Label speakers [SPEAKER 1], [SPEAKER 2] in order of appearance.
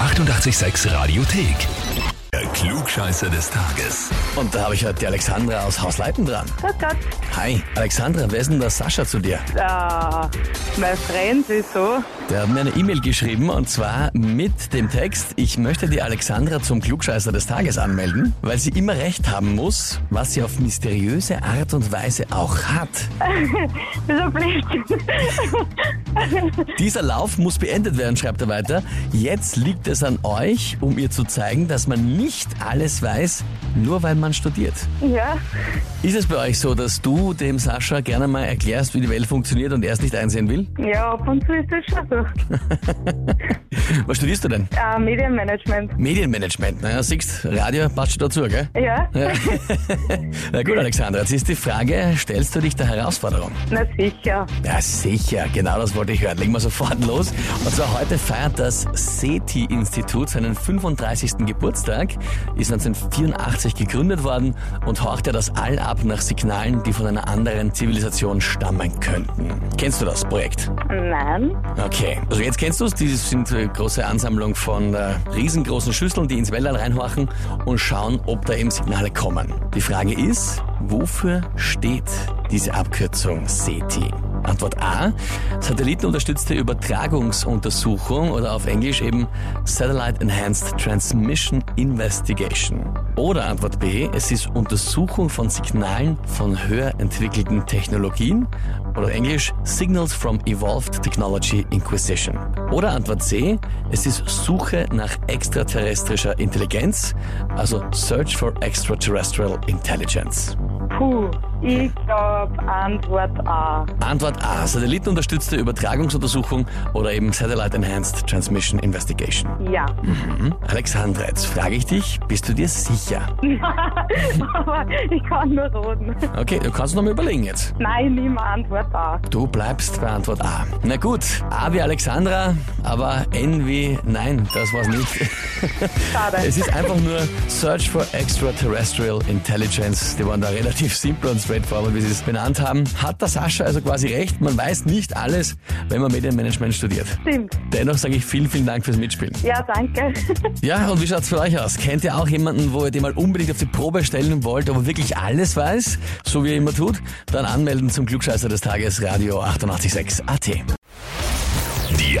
[SPEAKER 1] 886 Radiothek. Der Klugscheißer des Tages.
[SPEAKER 2] Und da habe ich heute die Alexandra aus Haus Leiten dran.
[SPEAKER 3] Grüß Gott.
[SPEAKER 2] Hi, Alexandra, wer ist denn der Sascha zu dir?
[SPEAKER 3] Ah, mein Freund ist so.
[SPEAKER 2] Der hat mir eine E-Mail geschrieben und zwar mit dem Text, ich möchte die Alexandra zum Klugscheißer des Tages anmelden, weil sie immer recht haben muss, was sie auf mysteriöse Art und Weise auch hat.
[SPEAKER 3] Das ist ein Blödsinn.
[SPEAKER 2] Dieser Lauf muss beendet werden, schreibt er weiter. Jetzt liegt es an euch, um ihr zu zeigen, dass man nicht alles weiß, nur weil man studiert.
[SPEAKER 3] Ja,
[SPEAKER 2] Ist es bei euch so, dass du dem Sascha gerne mal erklärst, wie die Welt funktioniert und er es nicht einsehen will?
[SPEAKER 3] ja, ab und zu ist das schon so.
[SPEAKER 2] Was studierst du denn?
[SPEAKER 3] Ah, Medienmanagement.
[SPEAKER 2] Medienmanagement. Na ja, siehst, Radio passt schon dazu, gell?
[SPEAKER 3] Ja,
[SPEAKER 2] Ja. Na gut, Alexandra, jetzt ist die Frage, stellst du dich der Herausforderung?
[SPEAKER 3] na sicher.
[SPEAKER 2] Ja, sicher, genau das wollte ich hören. Legen wir sofort los. Und zwar heute feiert das SETI-Institut seinen 35. Geburtstag, ist 1984 gegründet worden und horcht ja das All ab nach Signalen, die von einer anderen Zivilisation stammen könnten. Kennst du das Projekt?
[SPEAKER 3] Nein.
[SPEAKER 2] Okay, also jetzt kennst du es. Die sind äh, große Ansammlung von äh, riesengroßen Schüsseln, die ins Weltall reinhorchen und schauen, ob da eben Signale kommen. Die Frage ist, wofür steht diese Abkürzung SETI? Antwort A, satellitenunterstützte Übertragungsuntersuchung oder auf Englisch eben Satellite Enhanced Transmission Investigation. Oder Antwort B, es ist Untersuchung von Signalen von höher entwickelten Technologien oder Englisch Signals from Evolved Technology Inquisition. Oder Antwort C, es ist Suche nach extraterrestrischer Intelligenz, also Search for Extraterrestrial Intelligence.
[SPEAKER 3] Puh, ich glaube Antwort A.
[SPEAKER 2] Antwort A, satellitenunterstützte Übertragungsuntersuchung oder eben Satellite Enhanced Transmission Investigation.
[SPEAKER 3] Ja.
[SPEAKER 2] Alexandra, jetzt frage ich dich, bist du dir sicher?
[SPEAKER 3] Aber ich kann nur roten.
[SPEAKER 2] Okay, du kannst noch mal überlegen jetzt.
[SPEAKER 3] Nein, nimm Antwort A.
[SPEAKER 2] Du bleibst bei Antwort A. Na gut, A wie Alexandra, aber N wie nein, das war's nicht.
[SPEAKER 3] Schade.
[SPEAKER 2] Es ist einfach nur Search for Extraterrestrial Intelligence. Die waren da relativ simpel und straightforward, wie sie es benannt haben. Hat der Sascha also quasi recht, man weiß nicht alles, wenn man Medienmanagement studiert.
[SPEAKER 3] Stimmt.
[SPEAKER 2] Dennoch sage ich vielen, vielen Dank fürs Mitspielen.
[SPEAKER 3] Ja, danke.
[SPEAKER 2] Ja, und wie schaut's für euch aus? Kennt ihr auch jemanden, wo ihr den mal unbedingt auf die Probe stellen wollt, aber wirklich alles weiß, so wie er immer tut? Dann anmelden zum Klugscheißer des Tages Radio 886 AT.
[SPEAKER 1] Die